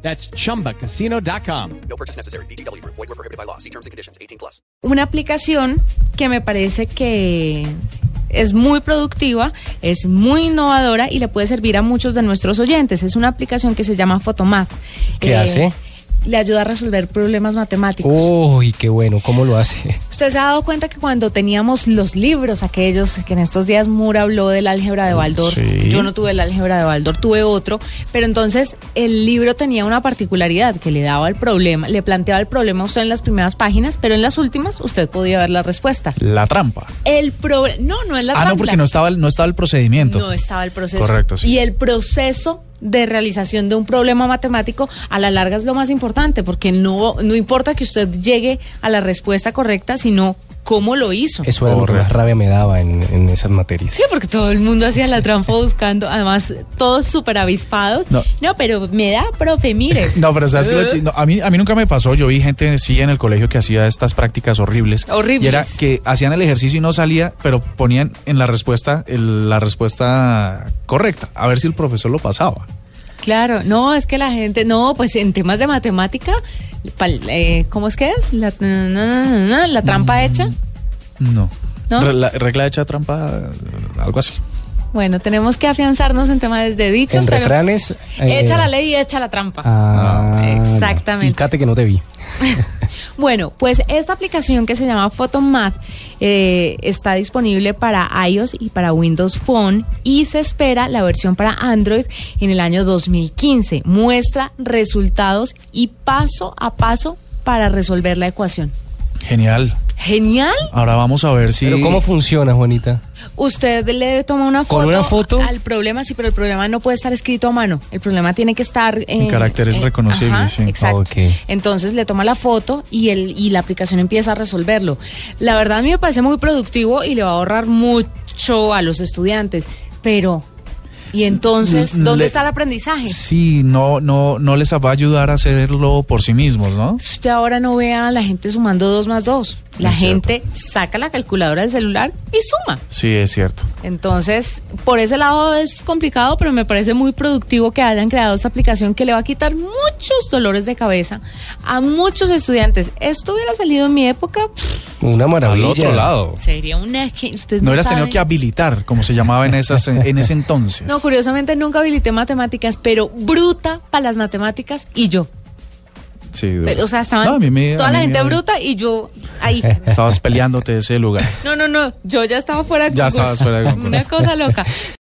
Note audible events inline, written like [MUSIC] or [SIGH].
That's chumbacasino.com. No purchase necessary. BGW. Void were prohibited by law. See terms and conditions. 18 plus. Una aplicación que me parece que es muy productiva, es muy innovadora y le puede servir a muchos de nuestros oyentes. Es una aplicación que se llama Photomath. ¿Qué hace? Oh. Le ayuda a resolver problemas matemáticos. Uy, qué bueno, ¿cómo lo [LAUGHS] hace? Usted se ha dado cuenta que cuando teníamos los libros, aquellos que en estos días Moore habló del álgebra de Baldor, Sí. yo no tuve el álgebra de Baldor, tuve otro, pero entonces el libro tenía una particularidad que le daba el problema, le planteaba el problema a usted en las primeras páginas, pero en las últimas usted podía ver la respuesta. La trampa. El problema, no, no es la ah, no, trampa. porque no estaba, el- no estaba el procedimiento. No estaba el proceso. Correcto, sí. Y el proceso de realización de un problema matemático a la larga es lo más importante, porque no, no importa que usted llegue a la respuesta correcta, sino cómo lo hizo. Eso era lo que más rabia me daba en, en esas materias. Sí, porque todo el mundo hacía la trampa buscando, además todos súper avispados. No. No. pero me da, profe, mire. [LAUGHS] No, pero sabes que lo chi- no, a, mí, a mí nunca me pasó. Yo vi gente sí en el colegio que hacía estas prácticas horribles. Horribles. Y era que hacían el ejercicio y no salía, pero ponían en la respuesta el- la respuesta correcta. A ver si el profesor lo pasaba. Claro, no, es que la gente, no, pues en temas de matemática, pal- eh, ¿cómo es que es? La, na, na, na, na, la trampa Mm. hecha. No. ¿No? Re- la- regla hecha trampa, eh, algo así. Bueno, tenemos que afianzarnos en temas de dichos. En pero- refranes, eh, echa la ley y echa la trampa. Ah, ya. Exactamente. Y Cate que no te vi. Bueno, pues esta aplicación que se llama Photomath eh, está disponible para iOS y para Windows Phone y se espera la versión para Android en el año 2015. Muestra resultados y paso a paso para resolver la ecuación. Genial. Genial. Ahora vamos a ver si. Pero ¿cómo funciona, Juanita? Usted le toma una foto, ¿Con una foto? al problema, sí, pero el problema no puede estar escrito a mano. El problema tiene que estar en, caracteres reconocibles, ajá, sí. Ah, Exacto. Ok. Entonces le toma la foto y el y la aplicación empieza a resolverlo. La verdad a mí me parece muy productivo y le va a ahorrar mucho a los estudiantes, pero y entonces, L- ¿dónde le- está el aprendizaje? Sí, no, no, no les va a ayudar a hacerlo por sí mismos, ¿no? Usted ahora no ve a la gente sumando dos más dos. La Es cierto. gente saca la calculadora del celular y suma. Sí, es cierto. Entonces, por ese lado es complicado, pero me parece muy productivo que hayan creado esta aplicación que le va a quitar muchos dolores de cabeza a muchos estudiantes. Esto hubiera salido en mi época, pff, Una maravilla. Al otro lado. sería una... gen- ustedes No hubieras Pues saben. tenido que habilitar, como se llamaba en, esas, en ese entonces. No, curiosamente nunca habilité matemáticas, pero bruta para las matemáticas y yo. Sí, de- Pero, o sea, estaban No, a mí me- toda a la mí me- gente bruta y yo [LAUGHS] ahí. Estabas peleándote de ese lugar. No, no, no, yo ya estaba fuera de Ya concurso. [LAUGHS] estabas fuera de concurso. Una cosa loca.